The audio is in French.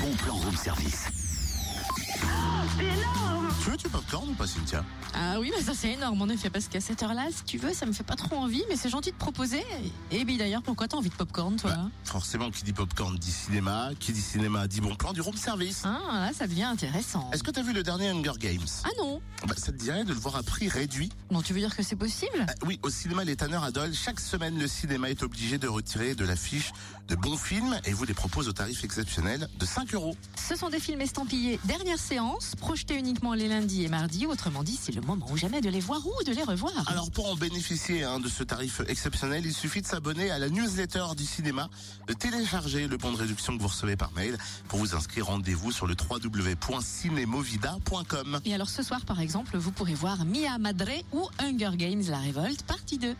bon plan room service. Tu veux du popcorn ou pas, Cynthia Ah oui, mais ça c'est énorme en effet, parce qu'à cette heure-là, si tu veux, ça me fait pas trop envie, mais c'est gentil de proposer. Et bien d'ailleurs, pourquoi t'as envie de popcorn, toi Bah, Forcément, qui dit popcorn dit cinéma, qui dit cinéma dit bon plan du room service. Ah, là, ça devient intéressant. Est-ce que t'as vu le dernier Hunger Games Ah non bah, Ça te dirait de le voir à prix réduit Non, tu veux dire que c'est possible Ah Oui, au cinéma Les Tanneurs à Dole, chaque semaine, le cinéma est obligé de retirer de l'affiche de bons films et vous les propose au tarif exceptionnel de 5 euros. Ce sont des films estampillés dernière séance, projetés uniquement les lundis et mardis, autrement dit, c'est le moment ou jamais de les voir ou de les revoir. Alors pour en bénéficier hein, de ce tarif exceptionnel, il suffit de s'abonner à la newsletter du cinéma, de télécharger le bon de réduction que vous recevez par mail. Pour vous inscrire, rendez-vous sur le www.cinemovida.com. Et alors ce soir, par exemple, vous pourrez voir Mia Madre ou Hunger Games La Révolte, partie 2.